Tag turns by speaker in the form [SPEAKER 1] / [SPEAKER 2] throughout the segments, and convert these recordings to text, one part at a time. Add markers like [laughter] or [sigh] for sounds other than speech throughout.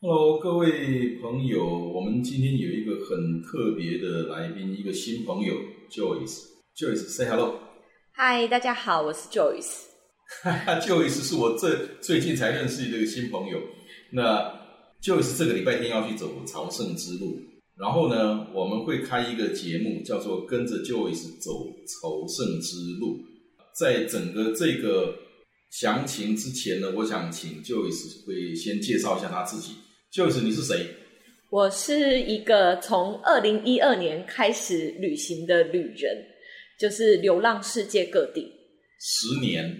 [SPEAKER 1] Hello，各位朋友，我们今天有一个很特别的来宾，一个新朋友 Joyce。Joyce，say hello。 [laughs]
[SPEAKER 2] 嗨，大家好，我是 Joyce。
[SPEAKER 1] Joyce 是我这最近才认识的一个新朋友。那 Joyce 这个礼拜天要去走朝圣之路，然后呢，我们会开一个节目，叫做《跟着 Joyce 走朝圣之路》。在整个这个详情之前呢，我想请 Joyce 会先介绍一下他自己。Joyce，你是谁？
[SPEAKER 2] 我是一个从二零一二年开始旅行的旅人，就是流浪世界各地。
[SPEAKER 1] 十年，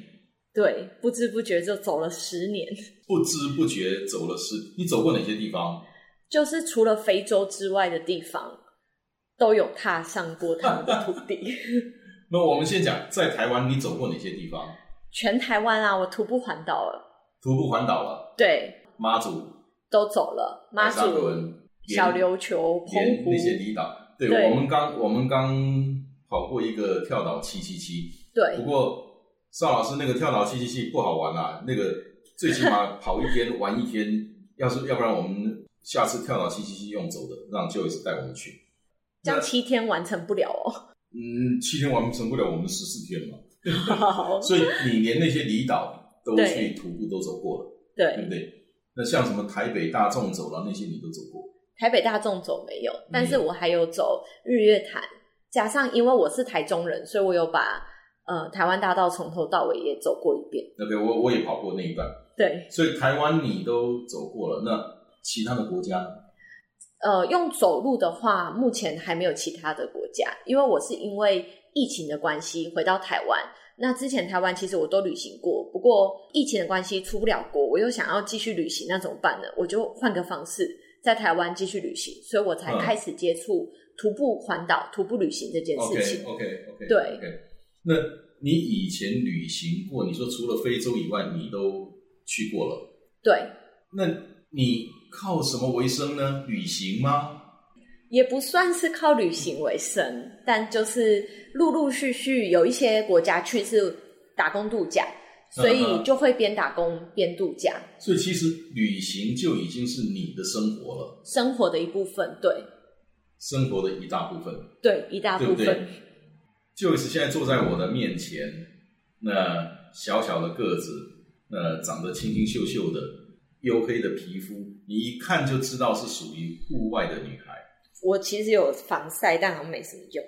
[SPEAKER 2] 对，不知不觉就走了十年。
[SPEAKER 1] 不知不觉走了十，你走过哪些地方？
[SPEAKER 2] 就是除了非洲之外的地方，都有踏上过他们的土
[SPEAKER 1] [laughs]
[SPEAKER 2] 地。
[SPEAKER 1] 那我们先讲在台湾，你走过哪些地方？
[SPEAKER 2] 全台湾啊，我徒步环岛了，
[SPEAKER 1] 徒步环岛了，
[SPEAKER 2] 对，
[SPEAKER 1] 妈祖、
[SPEAKER 2] 都走了。妈
[SPEAKER 1] 白沙
[SPEAKER 2] 祖、
[SPEAKER 1] 屯、连
[SPEAKER 2] 小琉球、澎
[SPEAKER 1] 连
[SPEAKER 2] 湖
[SPEAKER 1] 那，些离岛。对，
[SPEAKER 2] 对
[SPEAKER 1] 我们刚我们刚跑过一个跳岛七七七，不
[SPEAKER 2] 对，
[SPEAKER 1] 过邵老师那个跳岛七七七不好玩啦、啊那个最起码跑一天玩一天，要是要不然我们下次跳岛七七七用走的，让 Joyce 带我们去。
[SPEAKER 2] 这样七天完成不了
[SPEAKER 1] [laughs]
[SPEAKER 2] 哦。
[SPEAKER 1] 嗯，七天完成不了我们十四天嘛，
[SPEAKER 2] 好，
[SPEAKER 1] 所以你连那些离岛都
[SPEAKER 2] 对
[SPEAKER 1] 去徒步都走过了。对
[SPEAKER 2] 对
[SPEAKER 1] 不，对？那像什么台北大众走廊那些你都走过，
[SPEAKER 2] 台北大众走没有，但
[SPEAKER 1] 嗯
[SPEAKER 2] 是我还有走日月潭，加上因为我是台中人，所以我有把呃台湾大道从头到尾也走过一遍。
[SPEAKER 1] 那边我我也跑过那一段，
[SPEAKER 2] 对，
[SPEAKER 1] 所以台湾你都走过了，那其他的国家呢？
[SPEAKER 2] 呃，用走路的话，目前还没有其他的国家，因为我是因为疫情的关系回到台湾。那之前台湾其实我都旅行过，不过疫情的关系出不了国，我又想要继续旅行，那怎么办呢？我就换个方式，在台湾继续旅行，所以我才
[SPEAKER 1] 嗯
[SPEAKER 2] 开始接触徒步环岛、徒步旅行这件事情。
[SPEAKER 1] OK OK OK，
[SPEAKER 2] 对
[SPEAKER 1] OK。那你以前旅行过，你说除了非洲以外，你都去过了，
[SPEAKER 2] 对，
[SPEAKER 1] 那你靠什么为生呢？旅行吗？
[SPEAKER 2] 也不算是靠旅行为生，但就是陆陆续续有一些国家去是打工度假，所
[SPEAKER 1] 嗯
[SPEAKER 2] 以
[SPEAKER 1] 嗯
[SPEAKER 2] 就会边打工边度假，
[SPEAKER 1] 所以其实旅行就已经是你的生活
[SPEAKER 2] [laughs]
[SPEAKER 1] 了，
[SPEAKER 2] 生活的一部分。对
[SPEAKER 1] 生活的一大部分。
[SPEAKER 2] 对，一大
[SPEAKER 1] 对
[SPEAKER 2] 部
[SPEAKER 1] 不
[SPEAKER 2] 分。
[SPEAKER 1] 对？就是现在坐在我的面前，那小小的个子，那长得清清秀秀的，黝黑的皮肤，你一看就知道是属于户外的女孩。
[SPEAKER 2] 我其实有防晒，但好像没什么用，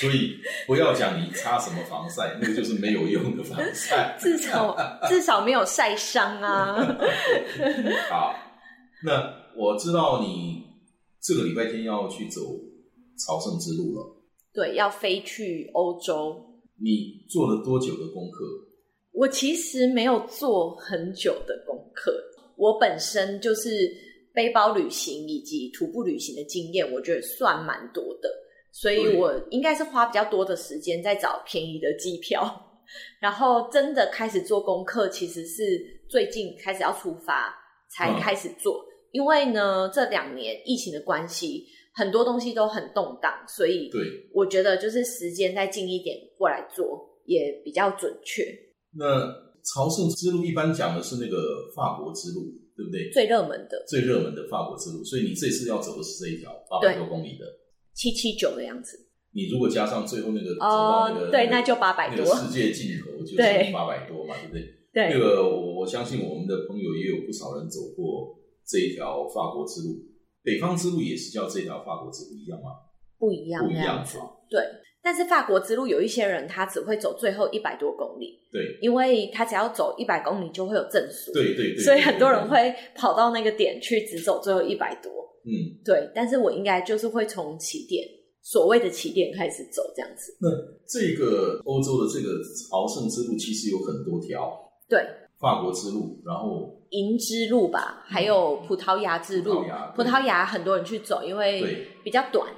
[SPEAKER 1] 所以不要讲你擦什么防晒，那个就是没有用的防晒。[laughs]
[SPEAKER 2] 至少至少没有晒伤啊。
[SPEAKER 1] 好，那我知道你这个礼拜天要去走朝圣之路了，
[SPEAKER 2] 对，要飞去欧洲。
[SPEAKER 1] 你做了多久的功课？
[SPEAKER 2] 我其实没有做很久的功课，我本身就是背包旅行以及徒步旅行的经验，我觉得算蛮多的，所以
[SPEAKER 1] 对
[SPEAKER 2] 我应该是花比较多的时间在找便宜的机票，然后真的开始做功课，其实是最近开始要出发才
[SPEAKER 1] 嗯
[SPEAKER 2] 开始做，因为呢这两年疫情的关系，很多东西都很动荡，所以
[SPEAKER 1] 对，
[SPEAKER 2] 我觉得就是时间再近一点过来做也比较准确。
[SPEAKER 1] 那朝圣之路一般讲的是那个法国之路，对不对？
[SPEAKER 2] 最热门的
[SPEAKER 1] 最热门的法国之路，所以你这次要走的是这一条八百多公里的。
[SPEAKER 2] 七七九的样子。
[SPEAKER 1] 你如果加上最后那个走到那
[SPEAKER 2] 哦
[SPEAKER 1] 个，
[SPEAKER 2] 对，那就八百
[SPEAKER 1] 那个
[SPEAKER 2] 多。
[SPEAKER 1] 世界尽头就是
[SPEAKER 2] 对
[SPEAKER 1] 八百多嘛，对不对？那
[SPEAKER 2] 对，
[SPEAKER 1] 个我我相信我们的朋友也有不少人走过这一条法国之路，北方之路也是叫这条法国之路一样吗？
[SPEAKER 2] 不一样
[SPEAKER 1] 不一
[SPEAKER 2] 那
[SPEAKER 1] 样
[SPEAKER 2] 子。
[SPEAKER 1] 哈，
[SPEAKER 2] 但是法国之路有一些人他只会走最后一百多公里，
[SPEAKER 1] 对
[SPEAKER 2] 因为他只要走一百公里就会有证书，
[SPEAKER 1] 对对对，
[SPEAKER 2] 所以
[SPEAKER 1] 对
[SPEAKER 2] 很多人，会跑到那个点去只走最后一百多。
[SPEAKER 1] 嗯，
[SPEAKER 2] 对，但是我应该就是会从起点所谓的起点开始走这样子。
[SPEAKER 1] 这个欧洲的这个朝圣之路其实有很多条，
[SPEAKER 2] 对，
[SPEAKER 1] 法国之路，然后
[SPEAKER 2] 银之路吧，还有葡萄牙之
[SPEAKER 1] 嗯
[SPEAKER 2] 路
[SPEAKER 1] 葡萄牙，
[SPEAKER 2] 葡萄牙很多人去走，因为
[SPEAKER 1] 对，
[SPEAKER 2] 比较短。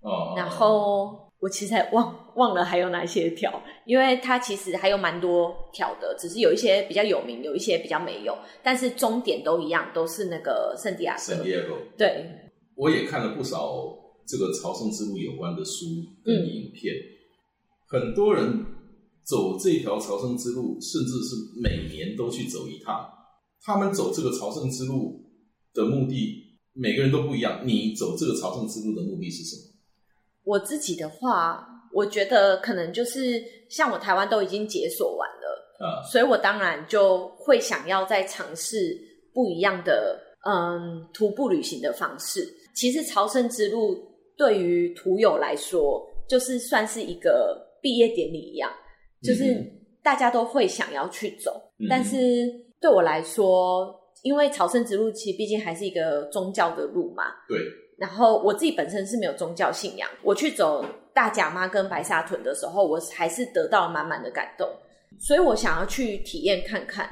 [SPEAKER 1] 啊、
[SPEAKER 2] 然后我其实还忘忘了还有哪些条，因为它其实还有蛮多条的，只是有一些比较有名，有一些比较没有，但是终点都一样，都是那个圣地亚哥
[SPEAKER 1] 圣。地亚哥，
[SPEAKER 2] 对，
[SPEAKER 1] 我也看了不少哦这个朝圣之路有关的书跟
[SPEAKER 2] 嗯
[SPEAKER 1] 影片，很多人走这条朝圣之路，甚至是每年都去走一趟。他们走这个朝圣之路的目的，每个人都不一样。你走这个朝圣之路的目的是什么？
[SPEAKER 2] 我自己的话，我觉得可能就是像我台湾都已经解锁完了，
[SPEAKER 1] 啊、
[SPEAKER 2] 所以我当然就会想要再尝试不一样的嗯徒步旅行的方式。其实朝圣之路对于徒友来说，就是算是一个毕业典礼一样，就是
[SPEAKER 1] 嗯
[SPEAKER 2] 大家都会想要去走。
[SPEAKER 1] 嗯
[SPEAKER 2] 但是对我来说，因为朝圣之路其实毕竟还是一个宗教的路嘛，
[SPEAKER 1] 对，
[SPEAKER 2] 然后我自己本身是没有宗教信仰，我去走大甲妈跟白沙屯的时候，我还是得到了满满的感动，所以我想要去体验看看，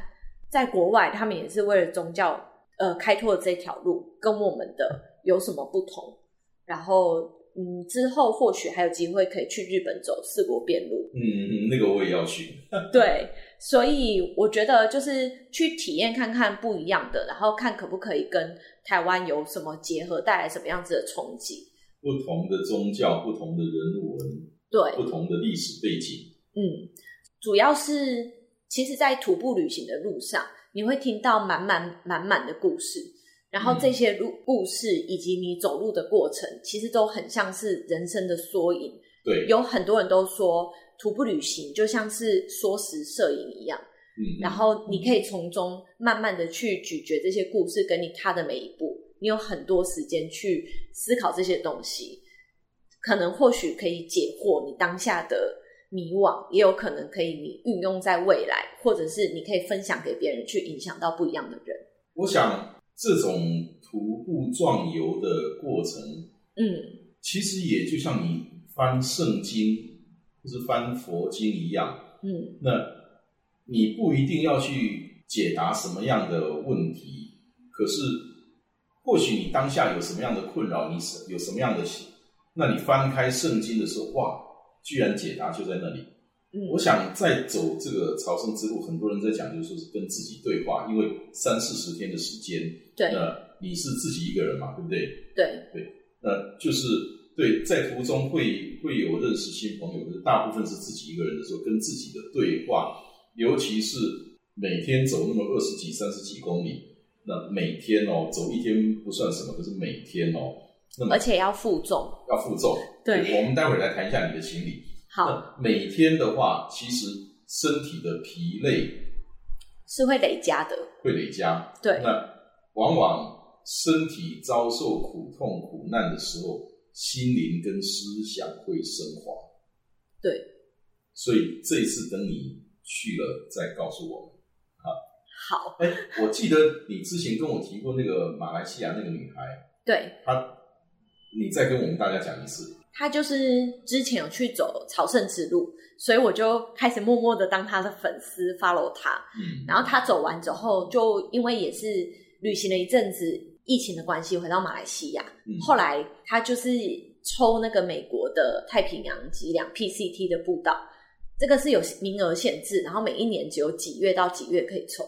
[SPEAKER 2] 在国外他们也是为了宗教呃开拓这条路，跟我们的有什么不同？然后嗯，之后或许还有机会可以去日本走四国遍路，
[SPEAKER 1] 嗯，那个我也要去。
[SPEAKER 2] 对，所以我觉得就是去体验看看不一样的，然后看可不可以跟台湾有什么结合，带来什么样子的冲击。
[SPEAKER 1] 不同的宗教、不同的人文、
[SPEAKER 2] 对，
[SPEAKER 1] 不同的历史背景，
[SPEAKER 2] 嗯，主要是其实，在徒步旅行的路上，你会听到满满满满的故事，然后这些路故事以及你走路的过程，其实都很像是人生的缩影。
[SPEAKER 1] 对，
[SPEAKER 2] 有很多人都说，徒步旅行就像是缩时摄影一样，
[SPEAKER 1] 嗯，
[SPEAKER 2] 然后你可以从中慢慢的去咀嚼这些故事，跟你踏的每一步，你有很多时间去思考这些东西，可能或许可以解惑你当下的迷惘，也有可能可以你运用在未来，或者是你可以分享给别人，去影响到不一样的人。
[SPEAKER 1] 我想这种徒步壮游的过程，
[SPEAKER 2] 嗯，
[SPEAKER 1] 其实也就像你翻圣经或是翻佛经一样，
[SPEAKER 2] 嗯，
[SPEAKER 1] 那你不一定要去解答什么样的问题，可是或许你当下有什么样的困扰，你是有什么样的，那你翻开圣经的时候，哇，居然解答就在那里。
[SPEAKER 2] 嗯
[SPEAKER 1] 我想在走这个朝圣之路，很多人在讲，就是说是跟自己对话，因为三四十天的时间，
[SPEAKER 2] 对
[SPEAKER 1] 那你是自己一个人嘛，对不对？
[SPEAKER 2] 对，
[SPEAKER 1] 那就是对，在途中会会有认识新朋友，可是大部分是自己一个人的时候，跟自己的对话，尤其是每天走那么二十几、三十几公里，那每天哦，走一天不算什么，可是每天哦
[SPEAKER 2] 而且要负重。
[SPEAKER 1] 要负重。
[SPEAKER 2] 对，
[SPEAKER 1] 我们待会儿来谈一下你的行李。
[SPEAKER 2] 好，
[SPEAKER 1] 那每天的话，其实身体的疲累
[SPEAKER 2] 是会累加的。
[SPEAKER 1] 会累加，
[SPEAKER 2] 对，
[SPEAKER 1] 那往往身体遭受苦痛苦难的时候，心灵跟思想会升华。
[SPEAKER 2] 对，
[SPEAKER 1] 所以这一次等你去了再告诉我们。
[SPEAKER 2] 好，
[SPEAKER 1] 哎，我记得你之前跟我提过那个马来西亚那个女孩，
[SPEAKER 2] 对，
[SPEAKER 1] 她，你再跟我们大家讲一次。
[SPEAKER 2] 他就是之前有去走朝圣之路，所以我就开始默默的当他的粉丝 follow 他。
[SPEAKER 1] 嗯，
[SPEAKER 2] 然后他走完之后，就因为也是旅行了一阵子，疫情的关系回到马来西亚。
[SPEAKER 1] 嗯
[SPEAKER 2] 后来他就是抽那个美国的太平洋脊梁 PCT 的步道，这个是有名额限制，然后每一年只有几月到几月可以抽，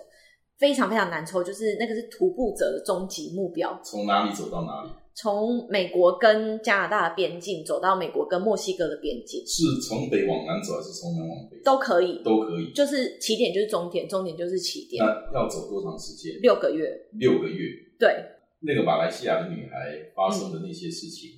[SPEAKER 2] 非常非常难抽，就是那个是徒步者的终极目标。
[SPEAKER 1] 从哪里走到哪里？
[SPEAKER 2] 从美国跟加拿大的边境走到美国跟墨西哥的边境
[SPEAKER 1] 是从北往南走，还是从南往北？
[SPEAKER 2] 都可以，
[SPEAKER 1] 都可以。
[SPEAKER 2] 就是起点就是终点，终点就是起点，
[SPEAKER 1] 那要走多长时间？
[SPEAKER 2] 六个月。
[SPEAKER 1] 六个月。
[SPEAKER 2] 对
[SPEAKER 1] 那个马来西亚的女孩发生的那些事情，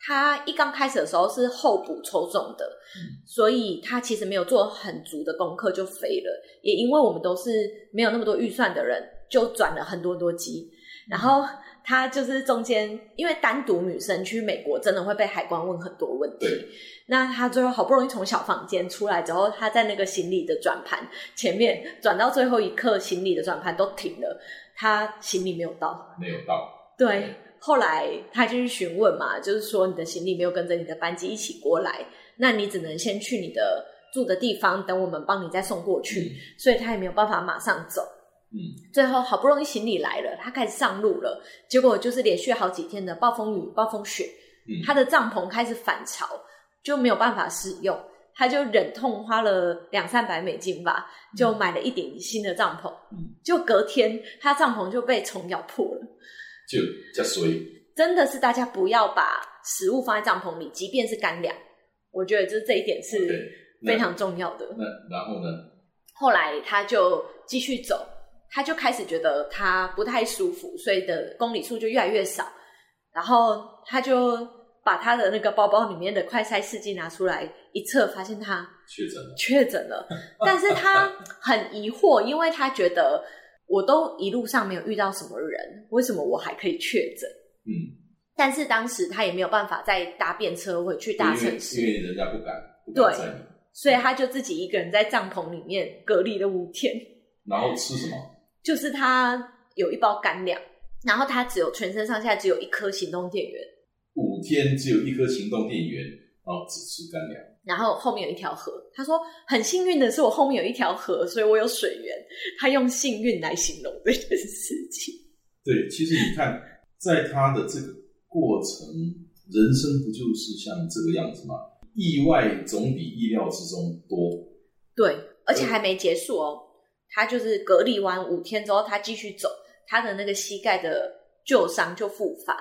[SPEAKER 2] 他一刚开始的时候是候补抽中的，
[SPEAKER 1] 嗯
[SPEAKER 2] 所以他其实没有做很足的功课就飞了，也因为我们都是没有那么多预算的人，就转了很多很多
[SPEAKER 1] 嗯
[SPEAKER 2] 机，然后。他就是中间，因为单独女生去美国真的会被海关问很多问题
[SPEAKER 1] 对。
[SPEAKER 2] 那他最后好不容易从小房间出来之后，他在那个行李的转盘前面转到最后一刻，行李的转盘都停了，他行李没有到。
[SPEAKER 1] 没有到。
[SPEAKER 2] 对，后来他就去询问嘛，就是说你的行李没有跟着你的班机一起过来，那你只能先去你的住的地方，等我们帮你再送过去。所以他也没有办法马上走。
[SPEAKER 1] 嗯，
[SPEAKER 2] 最后好不容易行李来了，他开始上路了，结果就是连续好几天的暴风雨、暴风雪，
[SPEAKER 1] 嗯
[SPEAKER 2] 他的帐篷开始反潮，就没有办法使用，他就忍痛花了两三百美金吧，就买了一顶新的帐篷，
[SPEAKER 1] 嗯
[SPEAKER 2] 就隔天他帐篷就被虫咬破了。
[SPEAKER 1] 就加水，
[SPEAKER 2] 真的是大家不要把食物放在帐篷里，即便是干粮，我觉得这这一点是
[SPEAKER 1] 对，那
[SPEAKER 2] 非常重要的。
[SPEAKER 1] 那然后呢？
[SPEAKER 2] 后来他就继续走，他就开始觉得他不太舒服，所以的公里数就越来越少。然后他就把他的那个包包里面的快筛试剂拿出来一测，发现他
[SPEAKER 1] 确诊了，
[SPEAKER 2] 确诊
[SPEAKER 1] [laughs]
[SPEAKER 2] 了。但是他很疑惑，因为他觉得我都一路上没有遇到什么人，为什么我还可以确诊？
[SPEAKER 1] 嗯，
[SPEAKER 2] 但是当时他也没有办法再搭便车回去大城
[SPEAKER 1] 因
[SPEAKER 2] 市，
[SPEAKER 1] 为因为人家不敢，不敢载你，
[SPEAKER 2] 所以他就自己一个人在帐篷里面隔离了五天。
[SPEAKER 1] 然后吃什么？
[SPEAKER 2] 就是他有一包干粮，然后他只有全身上下只有一颗行动电源，
[SPEAKER 1] 五天只有一颗行动电源，然后只吃干粮，
[SPEAKER 2] 然后后面有一条河。他说很幸运的是我后面有一条河，所以我有水源。他用幸运来形容这件事情。
[SPEAKER 1] 对，其实你看，在他的这个过程，人生不就是像这个样子吗？意外总比意料之中多。
[SPEAKER 2] 对，而
[SPEAKER 1] 嗯
[SPEAKER 2] 且还没结束哦。他就是隔离完五天之后，他继续走，他的那个膝盖的旧伤就复发，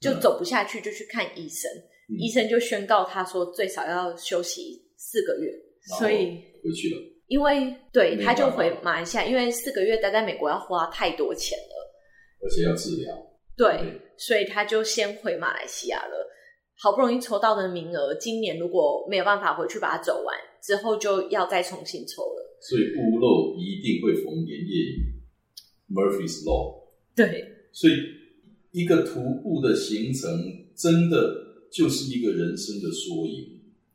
[SPEAKER 2] 就
[SPEAKER 1] 嗯
[SPEAKER 2] 走不下去，就去看医生。
[SPEAKER 1] 嗯
[SPEAKER 2] 医生就宣告他说最少要休息四个月，
[SPEAKER 1] 然后
[SPEAKER 2] 所以
[SPEAKER 1] 回去了，
[SPEAKER 2] 因为对
[SPEAKER 1] 没
[SPEAKER 2] 他就
[SPEAKER 1] 办法
[SPEAKER 2] 回马来西亚，因为四个月待在美国要花太多钱了，
[SPEAKER 1] 而且要治疗。嗯
[SPEAKER 2] 对，所以他就先回马来西亚了。好不容易抽到的名额，今年如果没有办法回去把它走完，之后就要再重新抽了。
[SPEAKER 1] 所以屋漏一定会逢连夜雨，Murphy's Law。
[SPEAKER 2] 对，
[SPEAKER 1] 所以一个徒步的行程，真的就是一个人生的缩影。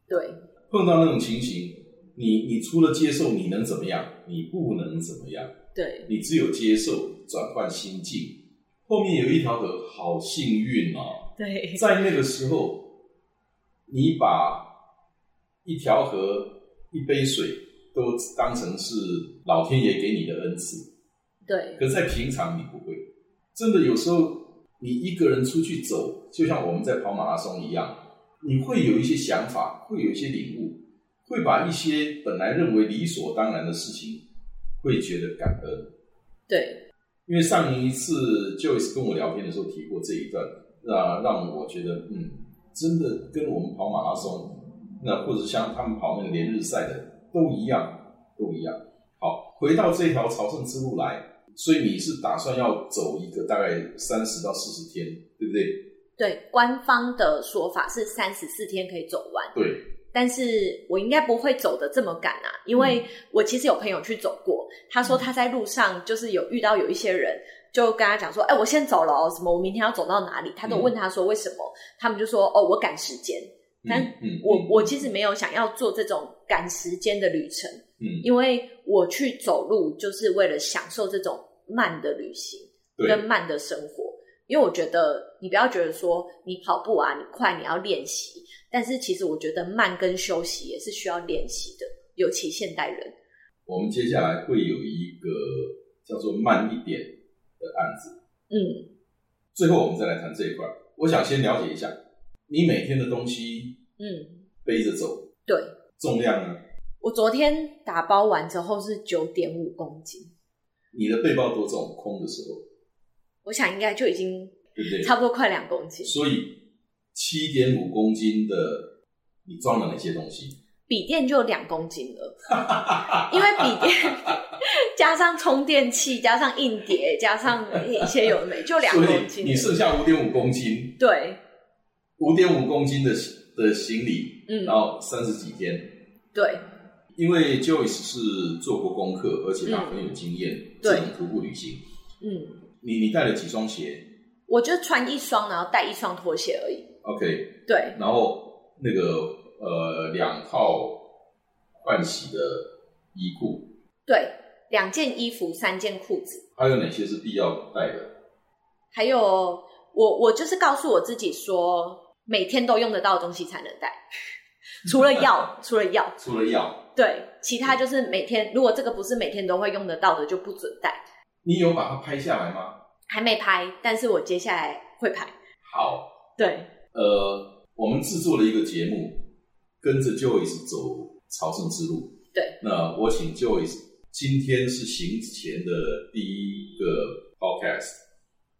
[SPEAKER 2] 对，
[SPEAKER 1] 碰到那种情形，你你除了接受，你能怎么样？你不能怎么样。
[SPEAKER 2] 对，
[SPEAKER 1] 你只有接受，转换心境。后面有一条河，好幸运哦！
[SPEAKER 2] 对，
[SPEAKER 1] 在那个时候，你把一条河、一杯水都当成是老天爷给你的恩赐，
[SPEAKER 2] 对，
[SPEAKER 1] 可是在平常你不会。真的有时候，你一个人出去走，就像我们在跑马拉松一样，你会有一些想法，会有一些领悟，会把一些本来认为理所当然的事情，会觉得感恩。
[SPEAKER 2] 对，
[SPEAKER 1] 因为上一次 Joyce 跟我聊天的时候提过这一段，那让我觉得，嗯，真的跟我们跑马拉松，那或者像他们跑那个连日赛的都一样，都一样。好，回到这条朝圣之路来，所以你是打算要走一个大概三十到四十天，对不对？
[SPEAKER 2] 对，官方的说法是三十四天可以走完，
[SPEAKER 1] 对，
[SPEAKER 2] 但是我应该不会走的这么赶啊，因为我其实有朋友去走过，他说他在路上就是有遇到有一些人，就跟他讲说，哎、我先走了哦，什么我明天要走到哪里，他都问他说为什么，他们就说哦，我赶时间，但
[SPEAKER 1] 嗯
[SPEAKER 2] 我我其
[SPEAKER 1] 实
[SPEAKER 2] 实没有想要做这种赶时间的旅程，
[SPEAKER 1] 嗯，
[SPEAKER 2] 因为我去走路就是为了享受这种慢的旅行跟
[SPEAKER 1] 对
[SPEAKER 2] 慢的生活。因为我觉得你不要觉得说你跑步啊，你快你要练习，但是其实我觉得慢跟休息也是需要练习的，尤其现代人。
[SPEAKER 1] 我们接下来会有一个叫做慢一点的案子。
[SPEAKER 2] 嗯，
[SPEAKER 1] 最后我们再来谈这一块。我想先了解一下，你每天的东西
[SPEAKER 2] 嗯，
[SPEAKER 1] 背着走，
[SPEAKER 2] 对
[SPEAKER 1] 重量呢？
[SPEAKER 2] 我昨天打包完之后是九点五公斤，
[SPEAKER 1] 你的背包多重？空的时候，
[SPEAKER 2] 我想应该就已经
[SPEAKER 1] 对不对？
[SPEAKER 2] 差不多快两公斤，
[SPEAKER 1] 所以七点五公斤的，你装了哪些东西？
[SPEAKER 2] 笔电就两公斤了。因为笔电加上充电器，加上硬碟，加上一些有的没，就两
[SPEAKER 1] 所
[SPEAKER 2] 公
[SPEAKER 1] 以
[SPEAKER 2] 斤。嗯
[SPEAKER 1] 你剩下五点五公斤，
[SPEAKER 2] 对，
[SPEAKER 1] 五点五公斤的的行李，
[SPEAKER 2] 嗯
[SPEAKER 1] 然，后三十几天。
[SPEAKER 2] 对，
[SPEAKER 1] 因为 Joyce 是做过功课，而且他很有经验，这
[SPEAKER 2] 对
[SPEAKER 1] 种徒步旅行。
[SPEAKER 2] 嗯，
[SPEAKER 1] 你你带了几双鞋
[SPEAKER 2] 我就穿一双，然后带一双拖鞋而已。
[SPEAKER 1] ？OK，
[SPEAKER 2] 对，
[SPEAKER 1] 然后那个呃两套换洗的衣裤，
[SPEAKER 2] 对，两件衣服，三件裤子，
[SPEAKER 1] 还有哪些是必要带的？
[SPEAKER 2] 还有我我就是告诉我自己说，每天都用得到的东西才能带，除了药，除了药，
[SPEAKER 1] 除了药，
[SPEAKER 2] 对，其他就是每天，如果这个不是每天都会用得到的，就不准带。
[SPEAKER 1] 你有把它拍下来吗？
[SPEAKER 2] 还没拍，但是我接下来会拍。
[SPEAKER 1] 好，
[SPEAKER 2] 对，
[SPEAKER 1] 呃，我们制作了一个节目，跟着 Joyce 走朝圣之路。
[SPEAKER 2] 对，
[SPEAKER 1] 那我请 Joyce，今天是行前的第一个 podcast，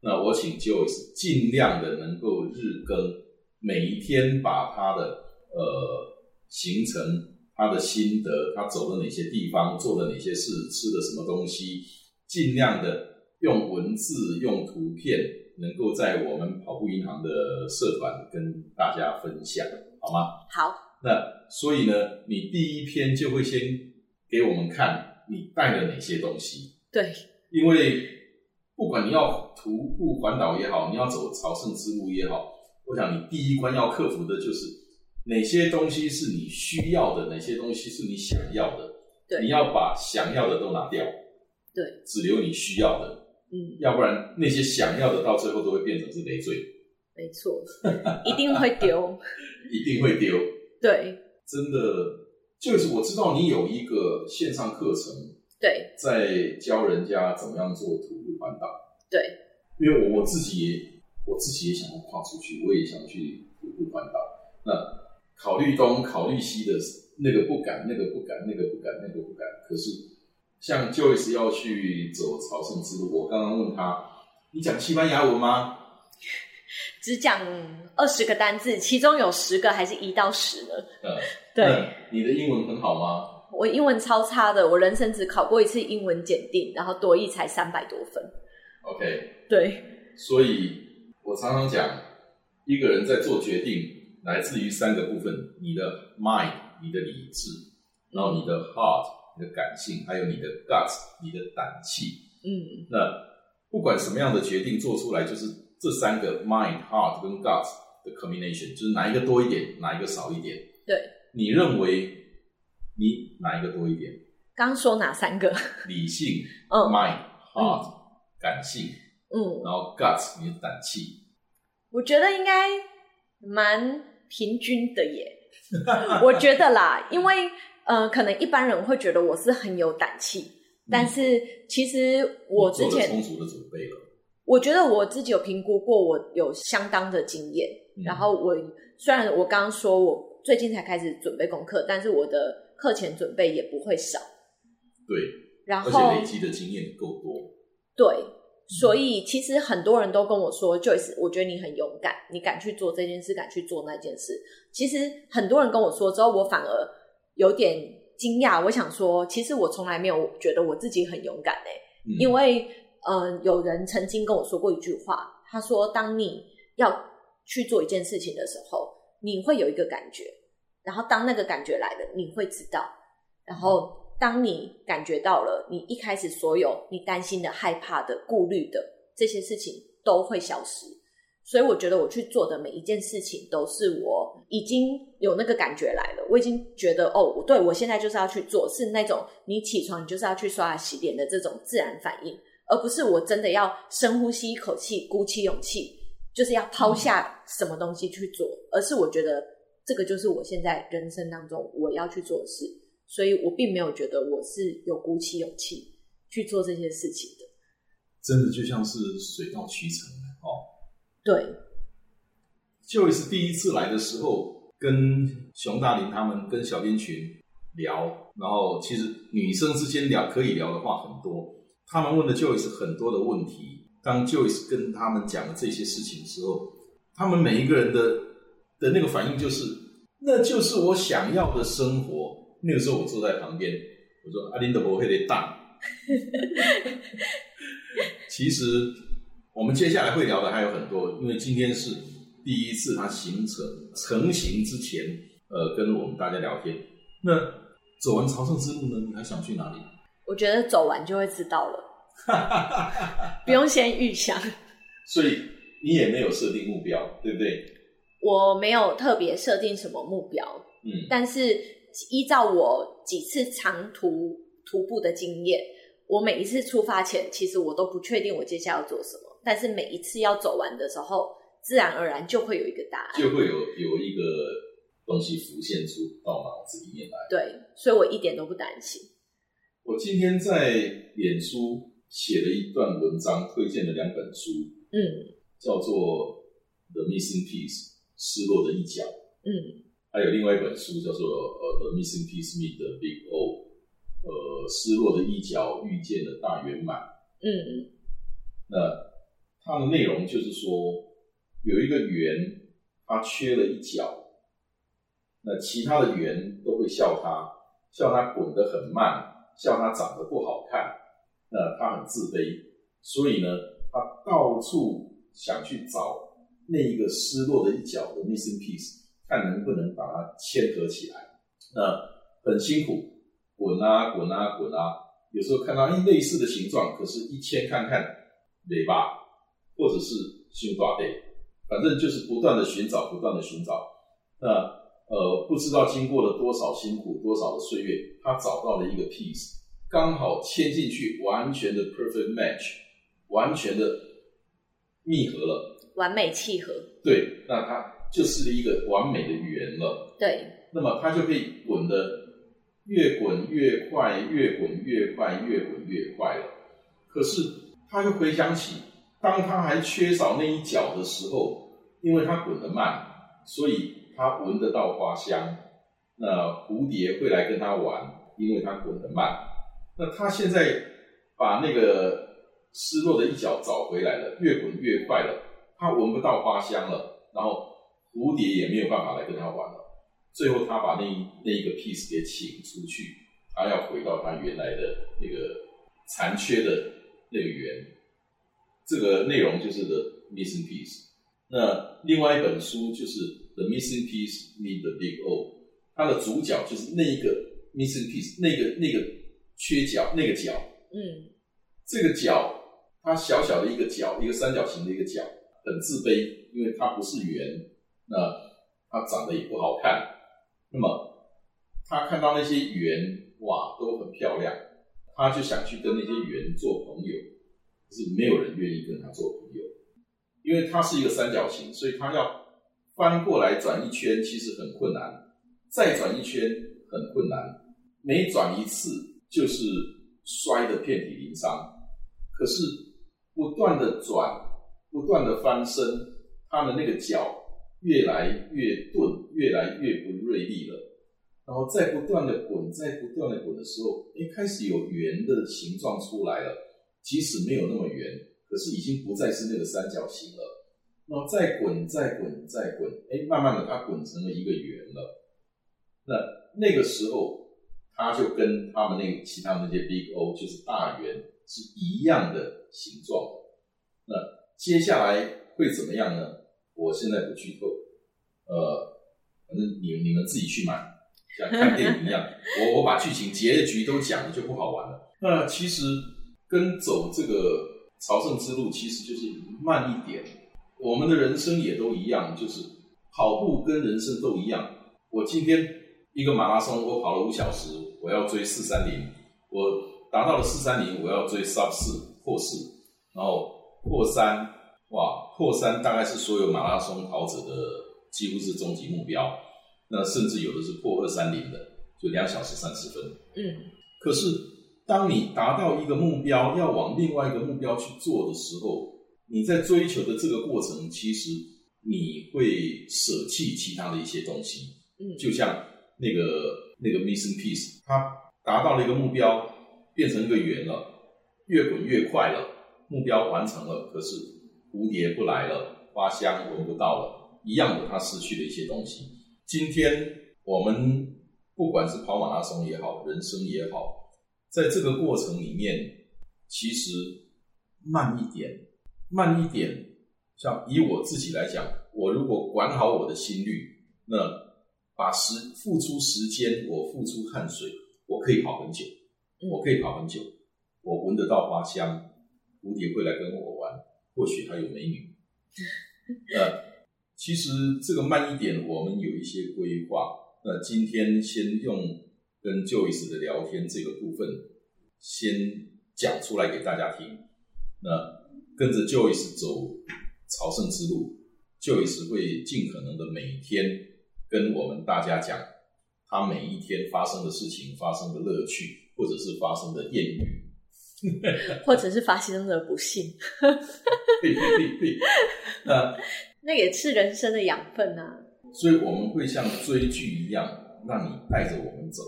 [SPEAKER 1] 那我请 Joyce 尽量的能够日更，每一天把他的呃行程、他的心得、他走了哪些地方、做了哪些事、吃了什么东西，尽量的用文字、用图片，能够在我们跑步银行的社团跟大家分享，好吗？
[SPEAKER 2] 好，
[SPEAKER 1] 那所以呢，你第一篇就会先给我们看你带了哪些东西，
[SPEAKER 2] 对，
[SPEAKER 1] 因为不管你要徒步环岛也好，你要走朝圣之路也好，我想你第一关要克服的就是哪些东西是你需要的，哪些东西是你想要的。
[SPEAKER 2] 对
[SPEAKER 1] 你要把想要的都拿掉，
[SPEAKER 2] 对，
[SPEAKER 1] 只留你需要的，
[SPEAKER 2] 嗯，
[SPEAKER 1] 要不然那些想要的到最后都会变成是累赘，
[SPEAKER 2] 没错，一定会丢。
[SPEAKER 1] 一定会丢。
[SPEAKER 2] 对，
[SPEAKER 1] 真的，就是我知道你有一个线上课程，
[SPEAKER 2] 对，
[SPEAKER 1] 在教人家怎么样做徒步环岛。
[SPEAKER 2] 对，
[SPEAKER 1] 因为我我自己也我自己也想要跨出去，我也想去徒步环岛。那考虑东考虑西的，那个不敢，那个不敢，那个不敢，那个不敢。可是像 Joyce 要去走朝圣之路，我刚刚问他，你讲西班牙文吗？
[SPEAKER 2] 只讲二十个单字，其中有十个还是一到十呢？
[SPEAKER 1] 嗯，
[SPEAKER 2] 对，
[SPEAKER 1] 那你的英文很好吗？
[SPEAKER 2] 我英文超差的，我人生只考过一次英文检定，然后多益才三百多分。
[SPEAKER 1] ？OK，
[SPEAKER 2] 对，
[SPEAKER 1] 所以我常常讲，一个人在做决定，来自于三个部分：你的 mind，你的理智，然后你的 heart，你的感性，还有你的 guts，你的胆气。
[SPEAKER 2] 嗯，
[SPEAKER 1] 那不管什么样的决定做出来，就是这三个 mind、heart 跟 guts 的 combination，就是哪一个多一点，哪一个少一点。
[SPEAKER 2] 对，
[SPEAKER 1] 你认为你哪一个多一点？
[SPEAKER 2] 刚说哪三个？
[SPEAKER 1] 理性、
[SPEAKER 2] 嗯
[SPEAKER 1] mind、heart、感性，
[SPEAKER 2] 嗯，
[SPEAKER 1] 然后 guts 你的胆气。
[SPEAKER 2] 我觉得应该蛮平均的
[SPEAKER 1] [laughs]
[SPEAKER 2] 耶。我觉得啦，因为呃，可能一般人会觉得我是很有胆气，但是其实我之
[SPEAKER 1] 嗯做了
[SPEAKER 2] 前
[SPEAKER 1] 充足的准备了。
[SPEAKER 2] 我觉得我自己有评估过，我有相当的经验。
[SPEAKER 1] 嗯
[SPEAKER 2] 然后我虽然我刚刚说我最近才开始准备功课，但是我的课前准备也不会少。
[SPEAKER 1] 对，
[SPEAKER 2] 然
[SPEAKER 1] 而
[SPEAKER 2] 后
[SPEAKER 1] 且累积的经验够多。
[SPEAKER 2] 对，所以其实很多人都跟我说，Joyce，我觉得你很勇敢，你敢去做这件事，敢去做那件事。其实很多人跟我说之后，我反而有点惊讶。我想说，其实我从来没有觉得我自己很勇敢诶、
[SPEAKER 1] 嗯、
[SPEAKER 2] 因为嗯、呃有人曾经跟我说过一句话，他说：“当你要去做一件事情的时候，你会有一个感觉，然后当那个感觉来了，你会知道，然后当你感觉到了，你一开始所有你担心的、害怕的、顾虑的这些事情都会消失。”所以我觉得我去做的每一件事情都是我已经有那个感觉来了，我已经觉得哦，我对我现在就是要去做，是那种你起床你就是要去刷牙洗脸的这种自然反应，而不是我真的要深呼吸一口气，鼓起勇气，就是要抛下什么东西去做，而是我觉得这个就是我现在人生当中我要去做的事，所以我并没有觉得我是有鼓起勇气去做这些事情的。
[SPEAKER 1] 真的就像是水到渠成哦。
[SPEAKER 2] 对，
[SPEAKER 1] 就是第一次来的时候，跟熊大林他们跟小编群聊，然后其实女生之间聊可以聊的话很多，他们问的 Joyce 很多的问题。当 Joyce 跟他们讲了这些事情之后，他们每一个人的的那个反应就是，那就是我想要的生活。那个时候我坐在旁边，我说啊阿林德伯会得大。其实我们接下来会聊的还有很多，因为今天是第一次它形成成型之前，呃，跟我们大家聊天。那走完朝圣之路呢，你还想去哪里？
[SPEAKER 2] 我觉得走完就会知道了，不用先预想。
[SPEAKER 1] 所以你也没有设定目标，对不对？
[SPEAKER 2] 我没有特别设定什么目标，
[SPEAKER 1] 嗯，
[SPEAKER 2] 但是依照我几次长途徒步的经验，我每一次出发前，其实我都不确定我接下来要做什么。但是每一次要走完的时候，自然而然就会有一个答案。
[SPEAKER 1] 就会有有一个东西浮现出到脑子里面来。
[SPEAKER 2] 对，所以我一点都不担心。
[SPEAKER 1] 我今天在脸书写了一段文章，推荐了两本书，
[SPEAKER 2] 嗯
[SPEAKER 1] 叫做《The Missing Piece》失落的一角，
[SPEAKER 2] 嗯
[SPEAKER 1] 还有另外一本书叫做《呃 The Missing Piece Meet the Big O》，呃，失落的一角遇见了大圆满。
[SPEAKER 2] 嗯
[SPEAKER 1] 那它的内容就是说，有一个圆，它缺了一角，那其他的圆都会笑它，笑它滚得很慢，笑它长得不好看，那它很自卑，所以呢，它到处想去找那一个失落的一角的 missing piece，看能不能把它牵合起来。那很辛苦，滚啊滚啊滚啊，有时候看到哎类似的形状，可是一牵看看尾巴，或者是胸大哎背，反正就是不断的寻找，不断的寻找。那呃，不知道经过了多少辛苦，多少的岁月，他找到了一个 piece，刚好牵进去，完全的 perfect match，完全的密合了。
[SPEAKER 2] 嗯，完美契合。
[SPEAKER 1] 对，那它就是一个完美的圆了。
[SPEAKER 2] 对，
[SPEAKER 1] 那么它就可以滚的越滚越快，越滚越快，越滚越快了。可是他又回想起，当他还缺少那一角的时候，因为他滚得慢，所以他闻得到花香。那蝴蝶会来跟他玩，因为他滚得慢。那他现在把那个失落的一角找回来了，越滚越快了，他闻不到花香了，然后蝴蝶也没有办法来跟他玩了。最后他把那一那一个 piece 给请出去，他要回到他原来的那个残缺的那个圆。这个内容就是 The Missing Piece。那另外一本书就是 The Missing Piece Meet the Big O，它的主角就是那一个 missing piece，那个那个缺角那个角，
[SPEAKER 2] 嗯
[SPEAKER 1] 这个角，它小小的一个角，一个三角形的一个角，很自卑，因为它不是圆，那它长得也不好看。那么他看到那些圆，哇，都很漂亮，他就想去跟那些圆做朋友，可是没有人愿意跟他做朋友，因为它是一个三角形，所以他要翻过来转一圈，其实很困难，再转一圈很困难，每转一次就是摔得遍体鳞伤，可是不断的转，不断的翻身，他的那个脚越来越钝，越来越不锐利了。然后再不断的滚，再不断的滚的时候，哎，开始有圆的形状出来了。即使没有那么圆，可是已经不再是那个三角形了。然后再滚，再滚，再滚，哎，慢慢的它滚成了一个圆了。那那个时候，他就跟他们那个其他那些 Big O 就是大圆是一样的形状。那接下来会怎么样呢？我现在不剧透，呃，反正你们你们自己去买，像看电影一样。我我把剧情结局都讲了就不好玩了。那其实跟走这个朝圣之路其实就是慢一点。我们的人生也都一样，就是跑步跟人生都一样，我今天一个马拉松，我跑了五小时，我要追四三零，我达到了四三零，我要追 sub 四破四，然后破三，哇，破三大概是所有马拉松跑者的几乎是终极目标，那甚至有的是破二三零的，就两小时三十分。
[SPEAKER 2] 嗯
[SPEAKER 1] 可是，当你达到一个目标，要往另外一个目标去做的时候，你在追求的这个过程，其实你会舍弃其他的一些东西。
[SPEAKER 2] 嗯，
[SPEAKER 1] 就像那个那个 missing piece，它达到了一个目标，变成一个圆了，越滚越快了，目标完成了，可是蝴蝶不来了，花香闻不到了，一样的，它失去了一些东西。今天我们不管是跑马拉松也好，人生也好，在这个过程里面，其实慢一点，慢一点。像以我自己来讲，我如果管好我的心率，那把时付出时间，我付出汗水，我可以跑很久，
[SPEAKER 2] 嗯
[SPEAKER 1] 我可以跑很久，我闻得到花香，蝴蝶会来跟我玩，或许还有美女。呃，其实这个慢一点，我们有一些规划。那今天先用跟 Joyce 的聊天这个部分，先讲出来给大家听。那跟着 Joyce 走朝圣之路，Joyce 会尽可能的每天跟我们大家讲他每一天发生的事情、发生的乐趣，或者是发生的艳遇。 [laughs]
[SPEAKER 2] 或者是发生了不幸，
[SPEAKER 1] 对对对对，那
[SPEAKER 2] 那也是人生的养分啊。
[SPEAKER 1] 所以我们会像追剧一样，让你带着我们走。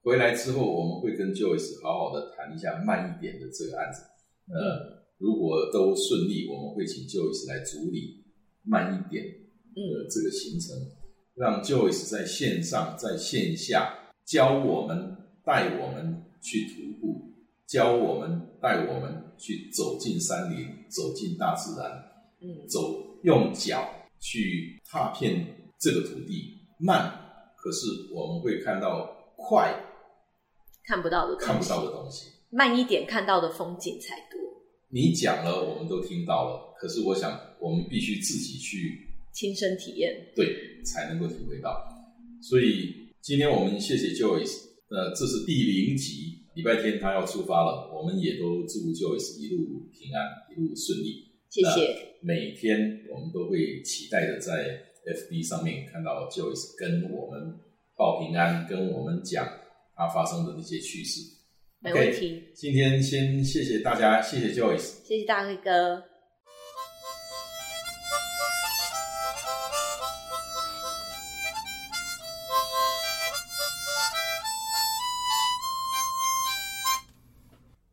[SPEAKER 1] 回来之后，我们会跟 Joyce 好好的谈一下慢一点的这个案子。呃，如果都顺利，我们会请 Joyce 来处理慢一点的这个行程，让 Joyce 在线上、在线下教我们、带我们去徒步，教我们、带我们去走进山林、走进大自然。
[SPEAKER 2] 嗯，
[SPEAKER 1] 走，用脚去踏遍这个土地，慢，可是我们会看到快
[SPEAKER 2] 看不到的东西
[SPEAKER 1] 看不到的东西。
[SPEAKER 2] 慢一点看到的风景才多，
[SPEAKER 1] 你讲了，我们都听到了，可是我想，我们必须自己去
[SPEAKER 2] 亲身体验。
[SPEAKER 1] 对，才能够体会到。所以今天我们谢谢 Joyce，呃，这是第零集，礼拜天他要出发了，我们也都祝 Joyce 一路平安，一路顺利。
[SPEAKER 2] 谢谢，
[SPEAKER 1] 每天我们都会期待的在 FB 上面看到 Joyce 跟我们报平安，跟我们讲他发生的那些趣事。
[SPEAKER 2] 没问题。
[SPEAKER 1] 今天先谢谢大家，谢谢 Joyce。
[SPEAKER 2] 谢谢大哥。